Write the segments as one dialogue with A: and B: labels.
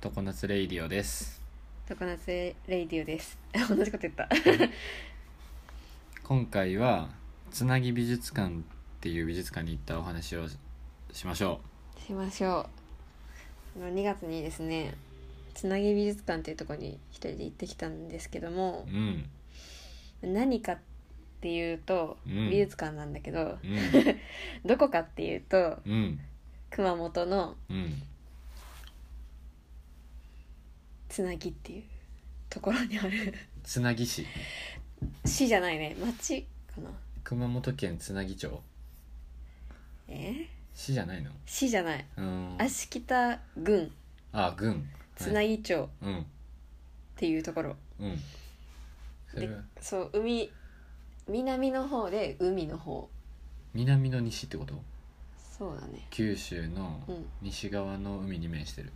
A: 常夏レイディオです
B: 常夏レイディオです 同じこと言った
A: 今回はつなぎ美術館っていう美術館に行ったお話をししましょ
B: しましょうあの2月にですねつなぎ美術館っていうところに一人で行ってきたんですけども
A: ううん
B: 何かっていうと
A: うん
B: 美術館なんだけど、
A: うん
B: どこかっていうと
A: うん
B: 熊本の
A: うん
B: つなぎっていうところにある
A: つなぎ市
B: 市じゃないね町かな
A: 熊本県つなぎ町
B: え
A: 市じゃないの
B: 市じゃない
A: うん
B: 芦北郡
A: あ郡
B: つな
A: ぎ
B: ぎ町っ
A: うん
B: ていうところ、
A: うんそれ
B: で
A: は
B: そう海南の方で海の方
A: 南の西ってこと
B: そうだね
A: 九州の
B: うん
A: 西側の海に面してる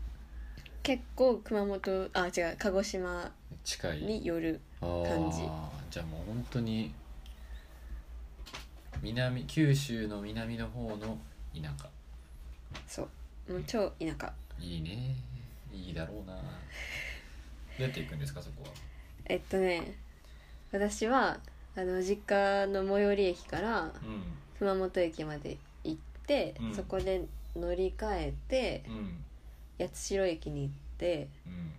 B: 結構熊本あ違う鹿児島
A: 近い
B: による
A: あー
B: 感じ
A: じゃあもう本当に南九州の南の方の田舎
B: そうもう超田舎
A: いいねいいだろうなどうやって行くんですかそこは
B: えっとね私はあの実家の最寄り駅から
A: う
B: 熊本駅まで行って、
A: うん
B: そこで乗り換えて
A: んうん
B: 八代駅に行って
A: うん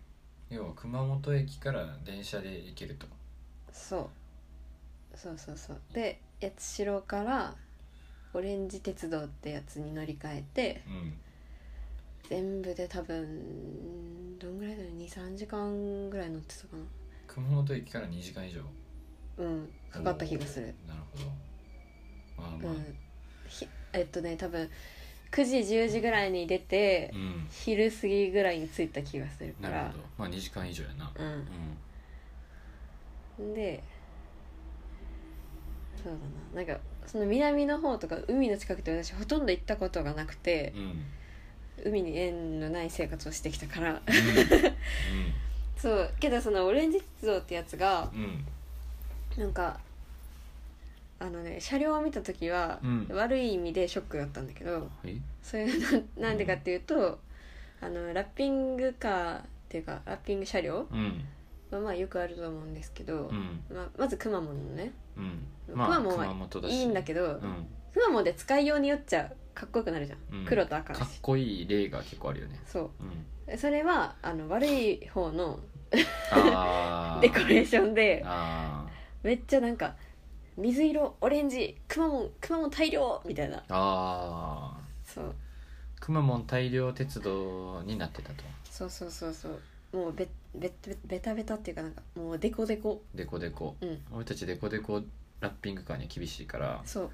A: 要は熊本駅から電車で行けると
B: そうそうそうそうで八代からオレンジ鉄道ってやつに乗り換えて
A: うん
B: 全部で多分どんぐらいだろう23時間ぐらい乗ってたか
A: 熊本駅から2時間以上
B: なうんかかった気がする
A: おーなるほどまあま
B: う
A: あ
B: んひえっとね多分9時10時ぐらいに出て、
A: うん、
B: 昼過ぎぐらいに着いた気がするか
A: なる
B: ら
A: ほどまあ2時間以上やな
B: う
A: うんん
B: でそうだななんかその南の方とか海の近くって私ほとんど行ったことがなくて
A: うん、うん
B: 海に縁のない生活をしてきたから
A: うん
B: そうけどそのオレンジ鉄道ってやつが
A: うん
B: なんかあのね車両を見た時は、
A: うん
B: 悪い意味でショックだったんだけど
A: え
B: それななんでかっていう と、あのラッピングカーっていうかラッピング車両
A: うん
B: まあまあよくあると思うんですけど、
A: うん
B: まあ、まずくまモンのね
A: うん
B: まあ熊本はい
A: 本だし
B: いいんだけど
A: うん
B: くまモンで使いようによっちゃかっこよくなるじゃん、
A: うん
B: 黒と赤だ
A: かっ
B: し
A: こいい例が結構あるよね
B: そう
A: うん
B: それはあの悪い方の
A: あー
B: デコレーション で
A: あ
B: めっちゃなんか水色オレンジくまモンくまモン大量みたいな
A: ーあ
B: そう
A: ーくまモン大量鉄道になってたと
B: そうそうそうそうもうべべべベタベタっていうかなんかもうデコデコ
A: デコデコ
B: うん
A: 俺たちデコデコラッピングカーには厳しいから
B: そう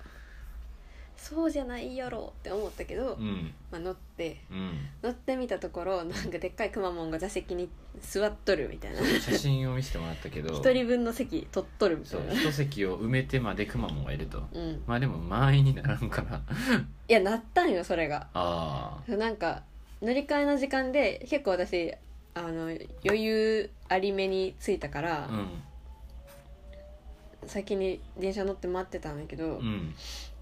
B: そうじゃないやろって思ったけど、
A: うん
B: まあ、乗って
A: うん
B: 乗ってみたところなんかでっかいくまモンが座席に座っとるみたいな
A: 写真を見せてもらったけど
B: 一人分の席取っとるみた
A: そう
B: いな
A: 一席を埋めてまでくまモンがいると
B: うんい
A: まあでも満員にならんから
B: やなったんよそれが
A: ああ
B: なんか乗り換えの時間で結構私あの余裕ありめに着いたから
A: う、ん
B: 先に電車乗って待ってたんだけど、
A: うん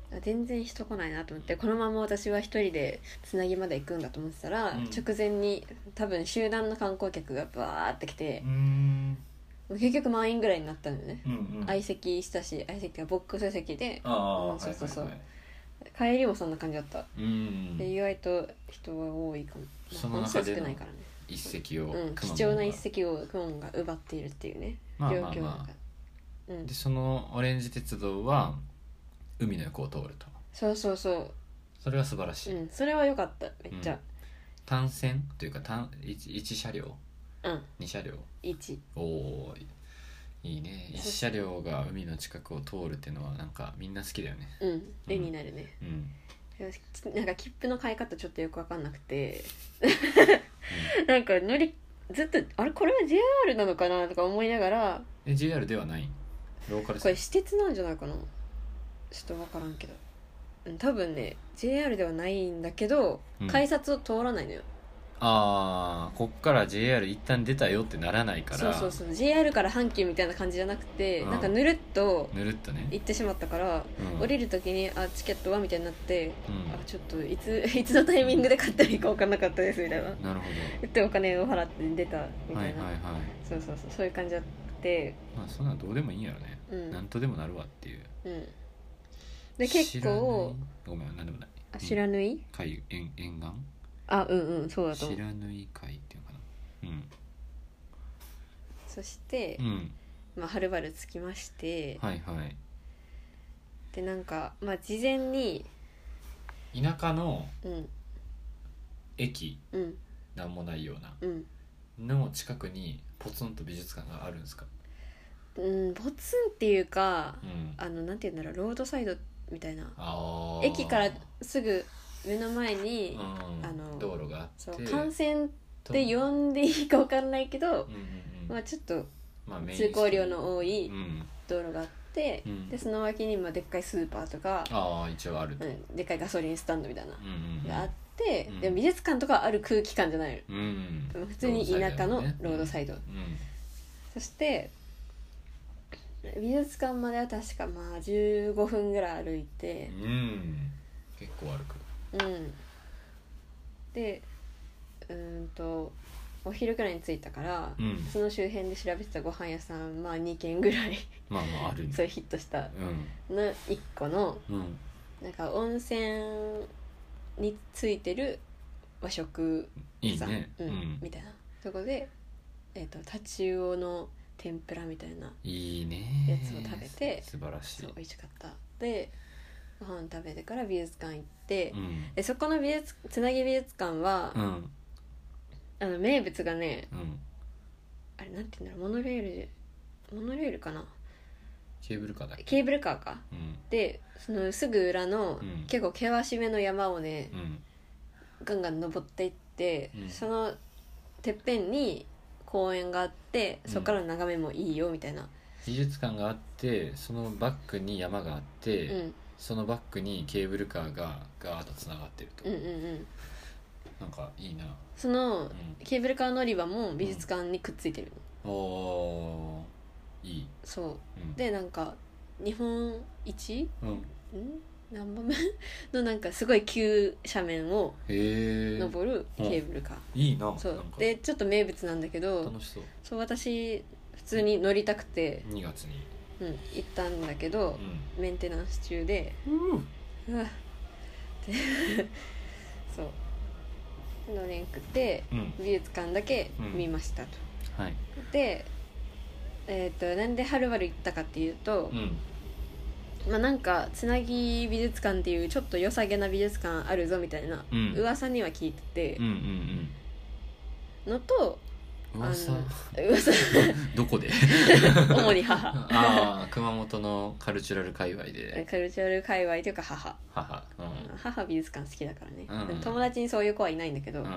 B: あ全然人来ないなと思ってこのまま私は一人でつなぎまで行くんだと思ってたら、
A: うん
B: 直前に多分集団の観光客がバーって来て
A: う、ん
B: もう結局満員ぐらいになったのよね
A: うんうん
B: 相席したし相席がボックス席で
A: あ
B: うん
A: あ
B: そうそうそう
A: はいはいはい
B: 帰りもそんな感じだった、
A: うん
B: で意外と人は多いかも、まあ
A: その中で
B: 本数は
A: の
B: 少ないからね
A: 一席を、
B: うん、
A: くまモンが
B: 貴重な一席をクモンが奪っているっていうね
A: まあ
B: 状
A: まあ
B: 況だ
A: ま
B: か
A: あ
B: らうん
A: でそのオレンジ鉄道は海の横を通ると
B: そうそうそ
A: それは素晴らし
B: う、
A: い、
B: うん、それは良かっためっちゃ
A: 単線というか単 1, 車両
B: うん
A: 2車両
B: 1
A: おおいいね1車両が海の近くを通るっていうのはなんかみんな好きだよね
B: うん絵になるね、
A: うん、うん
B: よしちなんか切符の買い方ちょっとよく分かんなくてなんか乗りずっとあれこれは JR なのかなとか思いながら
A: え JR ではないローカル
B: こ
A: 線
B: れ私鉄なんじゃないかなちょっと分からんけどうん多分ね JR ではないんだけど
A: うん
B: 改札を通らないのよ、
A: ああこっから JR 一旦出たよってならないから
B: そうそうそう JR から阪急みたいな感じじゃなくて、
A: うん
B: なんかぬるっと
A: ぬるっとね、
B: 行ってしまったから、
A: うん、
B: 降りる時に「あチケットは?」みたいになって
A: う
B: 「あ
A: ん、
B: ちょっといつ いつのタイミングで買ったらいいか分かんなかったです」みたいな
A: なるほ
B: 言ってお金を払って出た
A: ど
B: み
A: は
B: た
A: い
B: いな、
A: はいはい
B: そうそうそうそういう感じあって
A: まあそんなんどうでもいいんやろね、
B: うん
A: なんとでもなるわっていう
B: うんで
A: 知
B: 結構
A: らぬいごめんなんでもない
B: あ知らぬい、
A: 海沿沿岸
B: あうんうんそうだと思
A: 知
B: う
A: らぬい海っていうのかな
B: そして、
A: うんうん
B: まあ、はるばる着きまして、
A: はいはい
B: でなんかまあ事前に
A: 田舎の
B: うん
A: 駅
B: うん
A: なんもないような
B: うん
A: の近くにポツンと美術館があるんですか
B: うんポツンっていうか
A: うん
B: あのなんて言うんだろうロードサイドみたいな
A: あー
B: 駅からすぐ目の前に、
A: うん
B: あの
A: 道路があ
B: そ
A: っ
B: う
A: て
B: 幹線って
A: と
B: 呼んでいいか分かんないけど
A: う、んうんうん
B: まあ、ちょっと
A: まあメイン
B: 通行量の多
A: う
B: い
A: ん
B: 道路があって、
A: うん
B: でその脇にまあでっかいスーパーとか、
A: ああ一応ある
B: う
A: と
B: ん、でっかいガソリンスタンドみたいな
A: うんうんうん
B: があって、
A: うん
B: でも美術館とかはある空気感じゃない
A: うん
B: の普通に田舎のロードサイド、
A: うん
B: そして美術館までは確かまあ15分ぐらい歩いて
A: うん結構歩く
B: うんでうーんとお昼くらいに着いたから、
A: うん
B: その周辺で調べてたご飯屋さんまあ2軒ぐらい
A: まあまああるね
B: そういうヒットした
A: うん
B: の1個の
A: うん
B: なんか温泉についてる和食
A: いい
B: さ
A: ね
B: うんみたいなとこで、えー、とタチウオの天ぷらみたいない
A: いね
B: やつを食べて
A: 素晴らし
B: そ
A: いう
B: 美味しかったでご飯食べてから美術館行って、
A: うん
B: でそこの美術つなぎ美術館は、
A: うん
B: あの名物がね
A: うん
B: あれなんて言うんだろうモノレールでモノレールかな
A: ケーブルカーだっけ
B: ケーブルカーか
A: うん
B: でそのすぐ裏の、
A: うん
B: 結構険しめの山をね
A: うん
B: ガンガン登っていって、
A: うん
B: そのてっぺんに公園があって
A: うん
B: そこからの眺めもいいよみたいな、
A: 美術館があってそのバックに山があっ
B: う
A: て、
B: ん、うん
A: そのバックにケーブルカーがガーッとつながってると、
B: うんうん
A: なんかいいな
B: その
A: う
B: ケーブルカー乗り場も美術館にくっついてる、
A: んおーいい、
B: そう
A: うん、
B: でなんか日本一
A: うん、へ
B: ん何番目 のなんかすごい急斜面を
A: え
B: 登るケーブルカー、
A: いいな
B: そう
A: なんか
B: でちょっと名物なんだけど
A: 楽しそう
B: そう私普通に乗りたくて、
A: 2月に
B: うん、行ったんだけどメンテナンス中で
A: うん、うん、
B: うわってそう乗れんくて美術館だけ見ましたと、
A: はい
B: でえっ、となんではるばる行ったかっていうと、
A: うん
B: まあ、なんかつなぎ美術館っていうちょっと良さげな美術館あるぞみたいな
A: うん
B: 噂には聞いて
A: うんうん
B: てのと、
A: うん
B: あ
A: 噂
B: の噂
A: どこで
B: 主に母
A: ああ熊本のカルチュラル界隈で
B: カルチュアル界隈というか母
A: 母うん
B: 母美術館好きだからね、
A: うん
B: 友達にそういう子はいないんだけど、
A: うん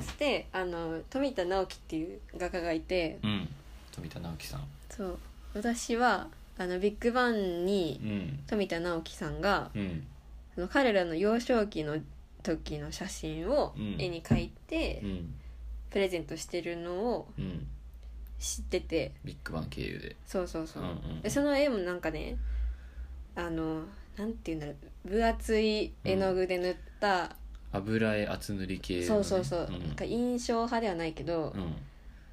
B: そしてあの富田直樹っていう画家がいて
A: うんうん富田直樹さん
B: そう私はあのビッグバンに
A: うん
B: 富田直樹さんが
A: うん
B: その彼らの幼少期の時の写真を絵に描いて、
A: うん
B: プレゼントしてるのを
A: うん
B: 知ってて
A: ビッグバン経由で
B: そうそうそう、
A: うんうん
B: でその絵もなんかねあのなんて言うんだろう分厚い絵の具で塗った、
A: 油絵厚塗り系のね
B: そうそうそう、
A: うん
B: なんか印象派ではないけど、
A: うん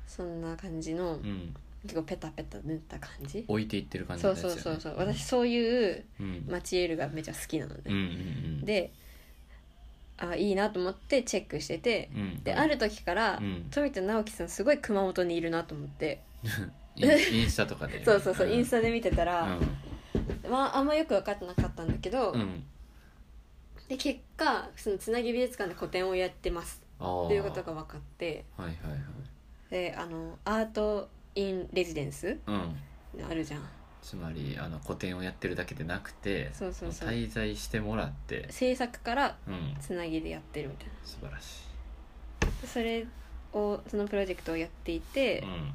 B: そんな感じの、
A: うん
B: 結構ペタペタ塗った感じ
A: 置いていってる感じの
B: そ
A: や
B: う
A: つ
B: そ
A: よ
B: う
A: ね
B: そうそう私そういう
A: うん
B: マチエールがめちゃ好きなの
A: うんう
B: ね、
A: んうん
B: であいいなと思ってチェックしてて
A: うん
B: である時から、
A: う ん
B: 富田直樹さんすごい熊本にいるなと思って、
A: インインスタとかで
B: そうそうそう、インス
A: タ
B: タで見てた
A: う
B: ら、
A: ん
B: まああんまよく分かってなかったんだけど、
A: うん
B: で結果そのつなぎ美術館で個展をやってます
A: ああ
B: ということが分かって
A: はいはいはい
B: であのアート・イン・レジデンス
A: うん
B: あるじゃん
A: つまりあの個展をやってるだけでなくて
B: そうそうそう
A: 滞在してもらって
B: 制作から
A: うん
B: つなぎでやってるみたいな
A: 素晴らし
B: でそれをそのプロジェクトをやっていて、
A: い、うん、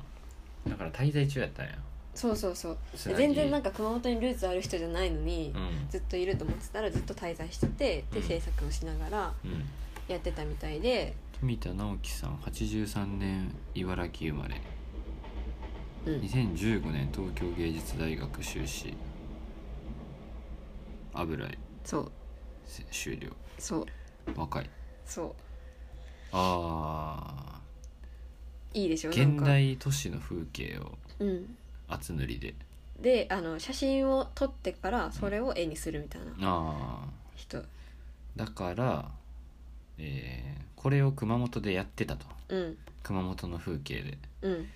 A: だから滞在中やったんや
B: そうそうそう
A: つ
B: で
A: なぎ
B: 全然なんか熊本にルーツある人じゃないのに、
A: うん
B: ずっといると思ってたらずっと滞在してて
A: う
B: で
A: ん
B: 制作をしながら
A: うん
B: やってたみたいで
A: 富田直樹さん83年茨城生まれ
B: うん
A: 2015年東京芸術大学修士油絵
B: そう
A: せ終了
B: そう
A: 若い
B: そう
A: あ
B: いいでしょ
A: ー
B: なん
A: 現
B: か
A: 代都市の風景を
B: うん
A: 厚塗りで
B: であの写真を撮ってからそれを絵にするみたいな
A: ああ
B: 人
A: だから、えーこれを熊本でやってたと
B: うん
A: 熊本の風景で
B: うん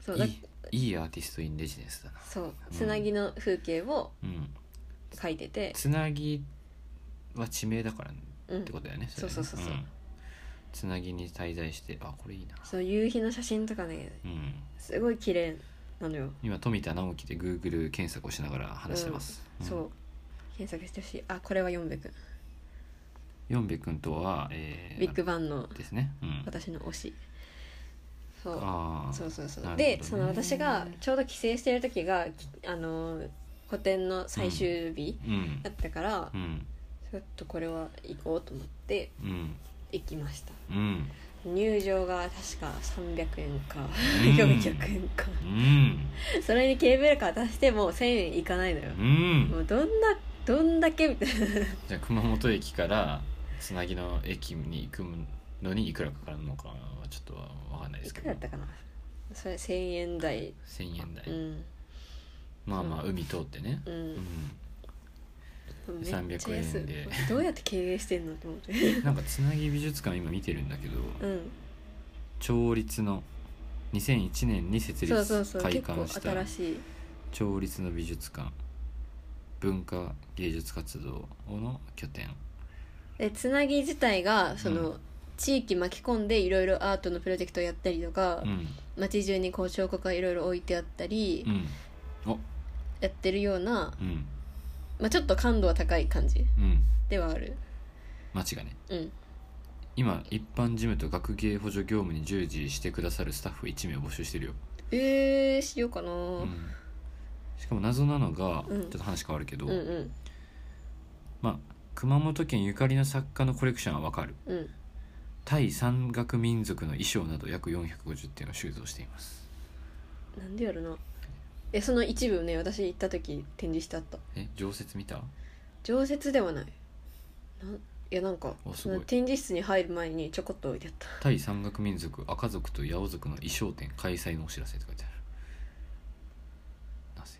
B: そうだ
A: いいいいアーティストインデジネスだな
B: そう
A: うん
B: つなぎの風景を
A: うん
B: 描いてて、
A: つなぎは地名だからね
B: うん
A: ってことだよね、れね
B: そうそうそうそうん
A: つなぎに滞在してあこれいいな
B: そう夕日の写真とかね
A: うん
B: すごい綺麗なのよ、
A: 今富田直樹で Google 検索をしながら話してます、うん
B: そう検索してほしいあこれは四部君
A: ヨンベ君とは、えー
B: ビッグバンの
A: ですね、うん、
B: 私の推しそう
A: ああ
B: そうそうそ
A: なる
B: う
A: ほどね
B: でその私がちょうど帰省してる時がきあのー個展の最終日
A: うん
B: だったから、
A: うん
B: ちょっとこれは行こうと思って
A: うん
B: 行きました
A: う ん
B: 入場が確か300円か
A: うん
B: 400円か
A: うん
B: それにケーブルカー足してもう1000円いかないのよ
A: う、ん
B: もうどんなどんだけみたいな
A: じゃあ熊本駅からつなぎの駅に行くのにいくらかかるのかはちょっとは分かんないで
B: い
A: すけ
B: く
A: ど
B: らだったかなそれ1000円台
A: 1000円台、
B: うん
A: まあまあ海通ってね、
B: う
A: うん
B: めっちゃ安い
A: 300円で
B: どうやって経営してんのって思っ て
A: んなんかつなぎ美術館今見てるんだけど
B: うん
A: 調律の2001年に設
B: そうそう
A: 立
B: そう
A: 開
B: 結構
A: 館した
B: 新しい
A: 調律の美術館文化芸術活動の拠点
B: えつなぎ自体がその、
A: う
B: 地域巻き込んでいろいろアートのプロジェクトをやったりとか、
A: うん
B: 街中にこう彫刻がいろいろ置いてあったり、
A: うん
B: やってるような、
A: うん
B: まあ、ちょっと感度は高い感じ
A: うん
B: ではある
A: 町がね
B: うん
A: 今一般事務と学芸補助業務に従事してくださるスタッフ1名を募集してるよ、
B: えー、しようかな、
A: うんしかも謎なのが、
B: うん
A: ちょっと話変わるけど、
B: うんうん
A: まあ熊本県ゆかりの作家のコレクションはわかる
B: うん
A: タイ山岳民族の衣装など約450点を収蔵しています
B: なんでやるなえその一部ね私行った時展示してあった
A: え常設見た
B: 常設ではないなんいやなんか
A: おす
B: そ
A: ごい
B: の展示室に入る前にちょこっと置いてあった
A: タイ山岳民族赤族と八尾族の衣装展開催のお知らせって書いてあるなぜ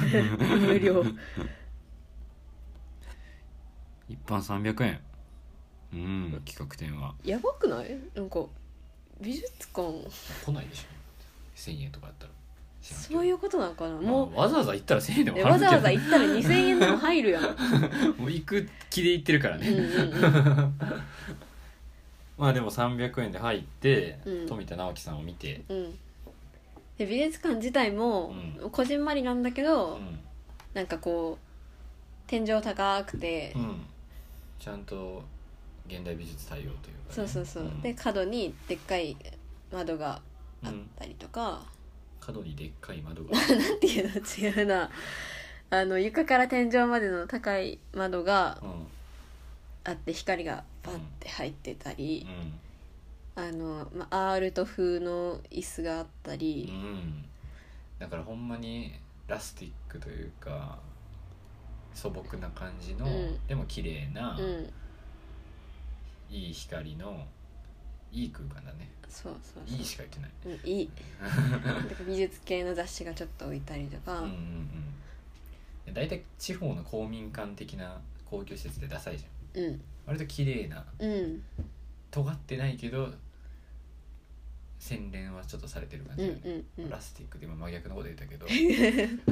A: 無料
B: 無料
A: 一般300円うん企画展は
B: やばくないなんか美術館
A: 来ないでしょ1000円とかだったら知らんけど
B: そういうことなのかなもう
A: まあわざわざ行ったら1000円でも
B: え
A: 払
B: わ
A: うけ
B: ざ
A: ど
B: わざ行ったら2000円でも 入るやんうん
A: もう行く気で行ってるからね、
B: うんうん
A: まあでも300円で入って、
B: うん
A: 富田直樹さんを見て、
B: うんで美術館自体もこじんまりなんだけど、
A: うん
B: なんかこう天井高くて、
A: うんちゃんと現代美術対応というかね、
B: そうそうそう、
A: ん
B: で角にでっかい窓があったりとか、
A: 角にでっかい窓 が
B: なんていうの違うなあの床から天井までの高い窓が
A: うん、
B: あって光がバッて入ってたり、
A: うん
B: あの、まあ、アールト風の椅子があった
A: う
B: り、
A: ん、だからほんまにラスティックというか素朴な感じの、
B: うん
A: でも綺麗な、
B: うん
A: いい光のいい空間だね
B: そうそうそう
A: いいしか言ってない
B: うんいいなんか美術系の雑誌がちょっと置いたりとか、
A: うんうんうん大体地方の公民館的な公共施設でダサいじゃん
B: うん
A: 割と綺麗な
B: うん
A: 尖ってないけど洗練はちょっとされてる感
B: うんう
A: じだよね、
B: んうん
A: ラスティックで今真逆のこと言ったけ ど、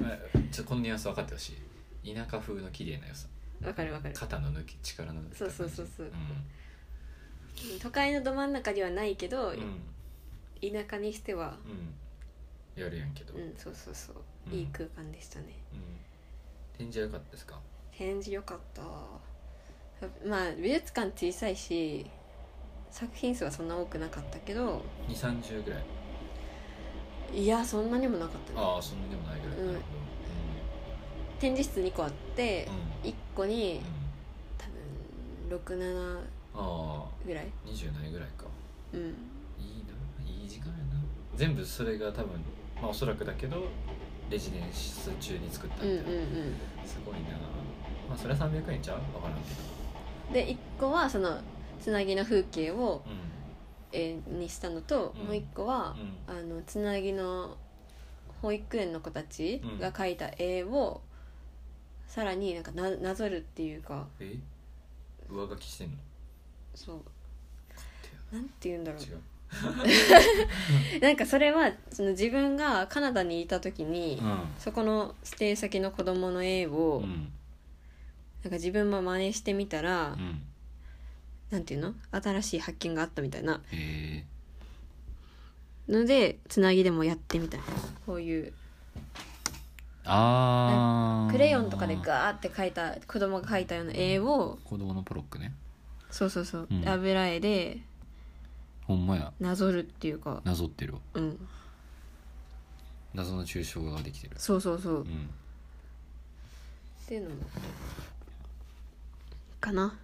A: まあちょっとこのニュアンス分かってほしい田舎風の綺麗な良さ
B: わかるわかる
A: 肩の抜き力の抜き
B: そうそうそうそう
A: うん
B: 都会のど真ん中ではないけど、
A: うん
B: 田舎にしては
A: うんやるやんけど、
B: う
A: うん
B: んそうそうそう、
A: うん
B: いい空間でしたね
A: 展示は良かったですか
B: 展示良かったまあ美術館小さいし作品数はそんな多くなかったけど
A: 2 3 0ぐらい
B: いやそんなにもなかったね
A: ああそんなでもないぐらい、
B: うん
A: なるほど
B: 展示室2個あって
A: うんうん
B: 1個に
A: う
B: 多分67
A: あ
B: ぐらい
A: あ27ぐらいか
B: うん
A: いいないい時間やな全部それが多分まあおそらくだけどレジデンス中に作った
B: うん
A: み
B: うん
A: たいな、すごいなまあそれは300円ちゃうわからんけど
B: うんで1個はそのつなぎの風景を、
A: う
B: えーにしたのと、
A: うん
B: もう1個は、
A: んうん
B: あのつなぎの保育園の子たちが描いた絵を、さらになんかななぞるっていうか
A: え上書きしてんの
B: そう
A: っ
B: なんて言うんだろ
A: て違う
B: うなんかそれはその自分がカナダにいた時に、
A: う
B: そこの指定先の子供の絵を、
A: ん
B: なんか自分も真似してみたら、
A: うん
B: なんていうの新しい発見があったみたいな
A: へえ
B: のでつなぎでもやってみたいなこういう
A: あー
B: クレヨンとかでガーって描いた子供が描いたような絵を
A: 子供のプロックね
B: そうそうそう、
A: うん
B: 油絵で
A: ほんまや
B: なぞるっていうか
A: なぞってるわ
B: うん
A: 謎の抽象画ができてる
B: そうそうそう、
A: う
B: っ
A: ん
B: ていうのもかな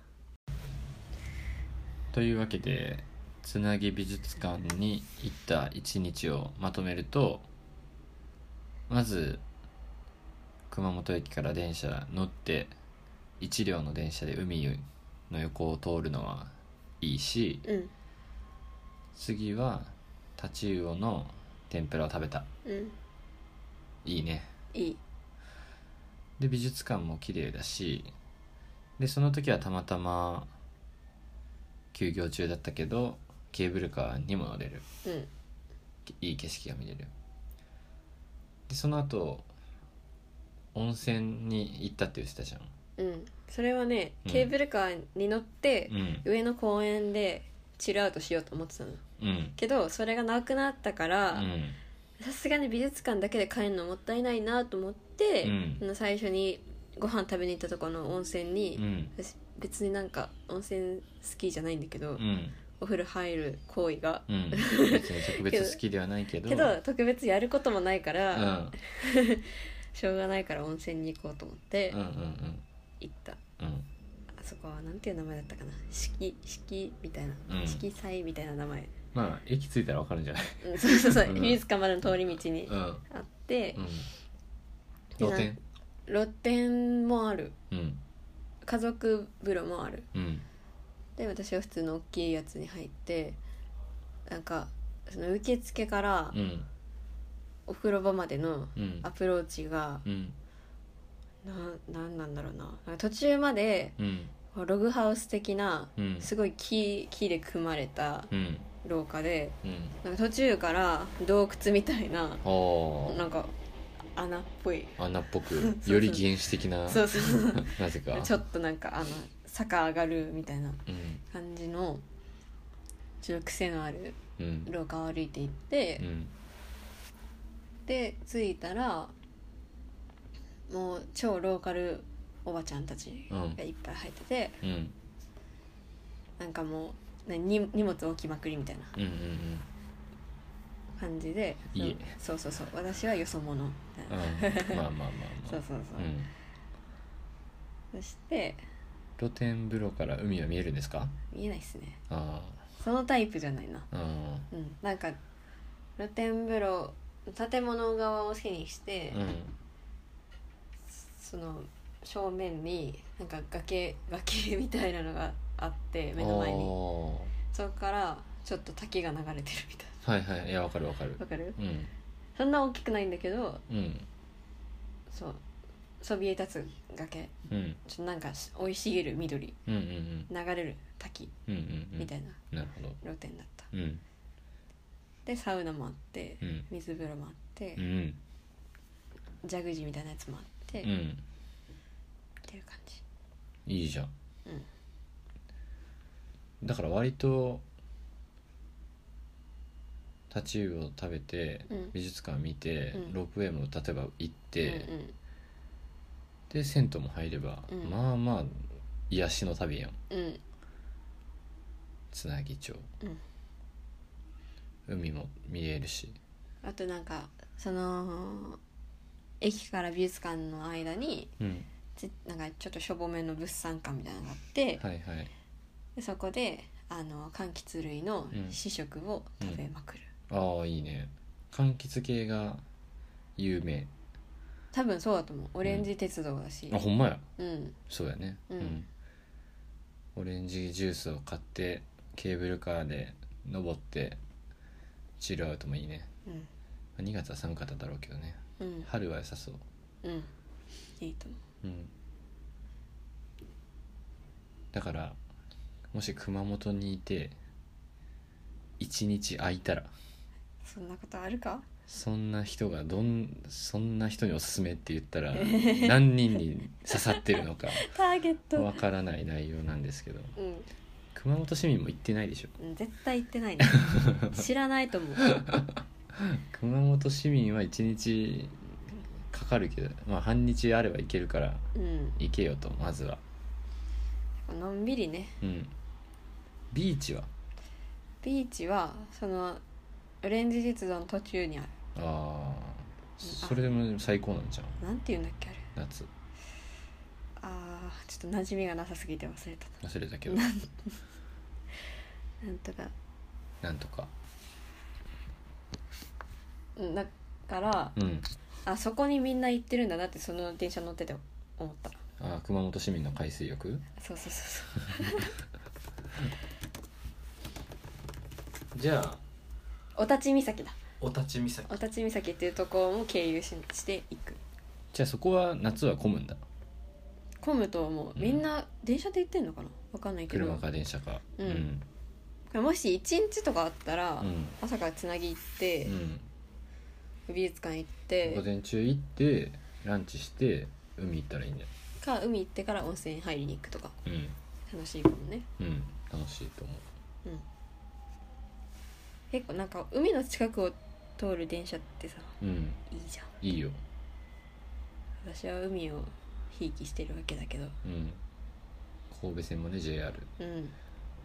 A: というわけでつなぎ美術館に行った一日をまとめるとまず熊本駅から電車乗って1両の電車で海の横を通るのはいいし
B: うん
A: 次はタチウオの天ぷらを食べた
B: うん
A: いいね
B: いい
A: で美術館も綺麗だしでその時はたまたま休業中だったけどケーブルカーにも乗れる
B: うん
A: いい景色が見れるでその後温泉に行ったって言ってたじゃん
B: うんそれはね
A: うん
B: ケーブルカーに乗って
A: うん
B: 上の公園でチルアウトしようと思ってたの
A: うん
B: けどそれがなくなったから、
A: うん
B: さすがに美術館だけで帰るのもったいないなと思って、
A: うん
B: その最初にご飯食べに行ったところの温泉に、
A: うん
B: 私別になんか温泉好きじゃないんだけど、
A: うん
B: お風呂入る行為が、
A: うん別に特別好きではないけど
B: けど特別やることもないか
A: うん、う
B: ら、
A: ん
B: しょうがないから温泉に行こうと思って
A: うんうん
B: 行った、
A: うん
B: あそこはなんていう名前だったかな式式みたいな、
A: うん
B: 式祭みたいな名前、
A: まあ駅着いたらわかるんじゃない
B: うん、そうそうそう
A: うん
B: 美術館までの通り道に
A: うん
B: あって
A: う、ん露天
B: 露店もある
A: うん
B: 家族風呂もある
A: うん
B: で私は普通の大きいやつに入ってなんかその受付から
A: うん
B: お風呂場までの
A: うん
B: アプローチが
A: うん
B: ななんなんだろうななんか途中まで
A: うん
B: ログハウス的な
A: うん
B: すごい木木で組まれた
A: うん
B: 廊下で
A: うん
B: なんか途中から洞窟みたいな
A: お
B: なんか穴っぽい
A: 穴っぽく
B: そうそう
A: より原始的な
B: そうそうそう
A: なぜか
B: ちょっとなんかあの坂上がるみたいな
A: うん
B: 感じのちょっと癖のある
A: うん
B: 廊下を歩いていって
A: う、ん
B: で着いたらもう超ローカルおばちゃんたちがいっぱい入ってて、
A: うん
B: なんかもうなに荷物置きまくりみたいな
A: うんうん
B: 感じで
A: いい
B: そうそうそう私はよそ者みたい
A: うん
B: な、
A: うんまあまあまあま
B: そうそ
A: あ
B: うそうう、
A: ん
B: そして
A: 露天風呂から海は見えるんですか
B: 見えないっすね
A: あ
B: そのタイプじゃないな
A: あうん
B: うんなんか露天風呂建物側を背にして、
A: うん
B: その正面になんか崖崖みたいなのがあって目の前に
A: お
B: そこからちょっと滝が流れてるみたい
A: ーはいはいいやわかるわかる
B: なわかる
A: うん
B: そんな大きくないんだけど
A: うん
B: そうそびえ立つ崖
A: うん
B: ちょっとなんかし生い茂る緑
A: うんうん
B: 流れる滝
A: うんうんうん
B: みたいな
A: なるほど
B: 露天だった、
A: うん
B: でサウナもあって
A: うん
B: 水風呂もあって
A: うん
B: ジャグジーみたいなやつもあって、
A: う
B: っ
A: ん
B: ていう感じ
A: いいじゃん、
B: うん
A: だから割とタチウオ食べて、
B: うん
A: 美術館見て、
B: うん
A: ロープウェイも例えば行って、
B: うんうん
A: で銭湯も入れば、
B: うん
A: まあまあ癒しの旅やん
B: うん
A: つなぎ町、
B: うん
A: 海も見えるし
B: あとなんかその駅から美術館の間に
A: うん
B: ちなんかちょっとしょぼめの物産館みたいなのがあって
A: はいはい
B: でそこであの柑橘類の
A: うん
B: 試食を食べまくる、
A: ああいいね柑橘系が有名
B: 多分そうだと思うオレンジ鉄道だし
A: あほんまや
B: うん
A: そうやね
B: うん
A: オレンジジュースを買ってケーブルカーで登ってチルアウトもいいね
B: うん
A: 2月は寒かっただろうけどね
B: うん
A: 春は良さそう
B: うんいいと思
A: うんだからもし熊本にいて一日空いたら
B: うそんなことあるか
A: そんな人がどんそんな人におすすめって言ったら何人に刺さってるのか
B: ターゲット
A: わからない内容なんですけど
B: うん
A: 熊本市民も行ってないでしょ
B: うん絶対行ってない ね知らないと思う
A: 熊本市民は1日かかるけど、まあ、半日あれば行けるから
B: うん
A: 行けよとまずは
B: のんびりね
A: うんビーチは
B: ビーチはそのオレンジ鉄道の途中にある
A: ああそれでも最高なんじゃん
B: なんていうんだっけあれ
A: 夏
B: あーちょっと馴染みがなさすぎて忘れた
A: 忘れた けど
B: ななんとか
A: なんとか
B: うんだから
A: うん
B: あそこにみんな行ってるんだなってその電車乗ってて思った
A: あー熊本市民の海水浴
B: そうそうそうそう
A: じゃあ
B: 御立岬だ
A: 御立岬
B: 御立岬っていうところも経由ししていく
A: じゃあそこは夏は混むんだ
B: 混むと思うみんな電車で行ってんのかなわかんないけど
A: 車か電車か
B: うん
A: うん
B: もし1日とかあったら、
A: うん、
B: 朝からつなぎ行って
A: う、ん
B: 美術館行っ
A: 午
B: て
A: 前中行ってランチして海行ったらいいんだよ
B: か海行ってから温泉入りに行くとか
A: うん
B: 楽しいかもね
A: うん楽しいと思う
B: うん結構なんか海の近くを通る電車ってさ
A: うん
B: いいじゃん
A: いいよ
B: 私は海をひいきしてるわけだけど
A: うん神戸線もね JR
B: うんうん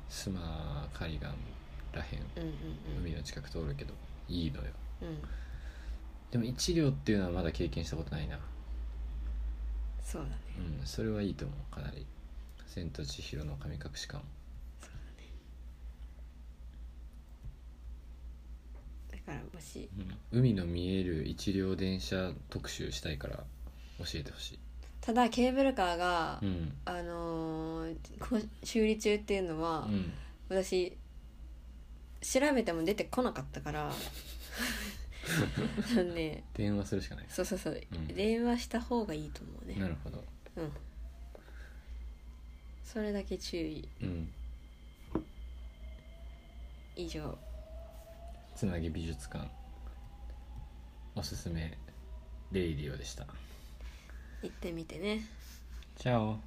A: 須磨海岸らへん
B: うん
A: 海の近く通るけどいいのよ
B: うんうん
A: でも一両っていうのはまだ経験したことないな
B: そうだね
A: うんそれはいいと思うかなり「千と千尋の神隠し感
B: そうだねだからもし」
A: うん海の見える一両電車特集したいから教えてほしい
B: ただケーブルカーが、
A: うん
B: あのーこ修理中っていうの
A: う
B: は、
A: ん
B: 私調べても出てこなかったから あのね
A: 電話するしかない
B: そうそうそう、
A: うん
B: 電話した方がいいと思うね
A: なるほど
B: うんそれだけ注意
A: うん
B: 以上
A: つなぎ美術館おすすめレイディオでした
B: 行ってみてね
A: チャオ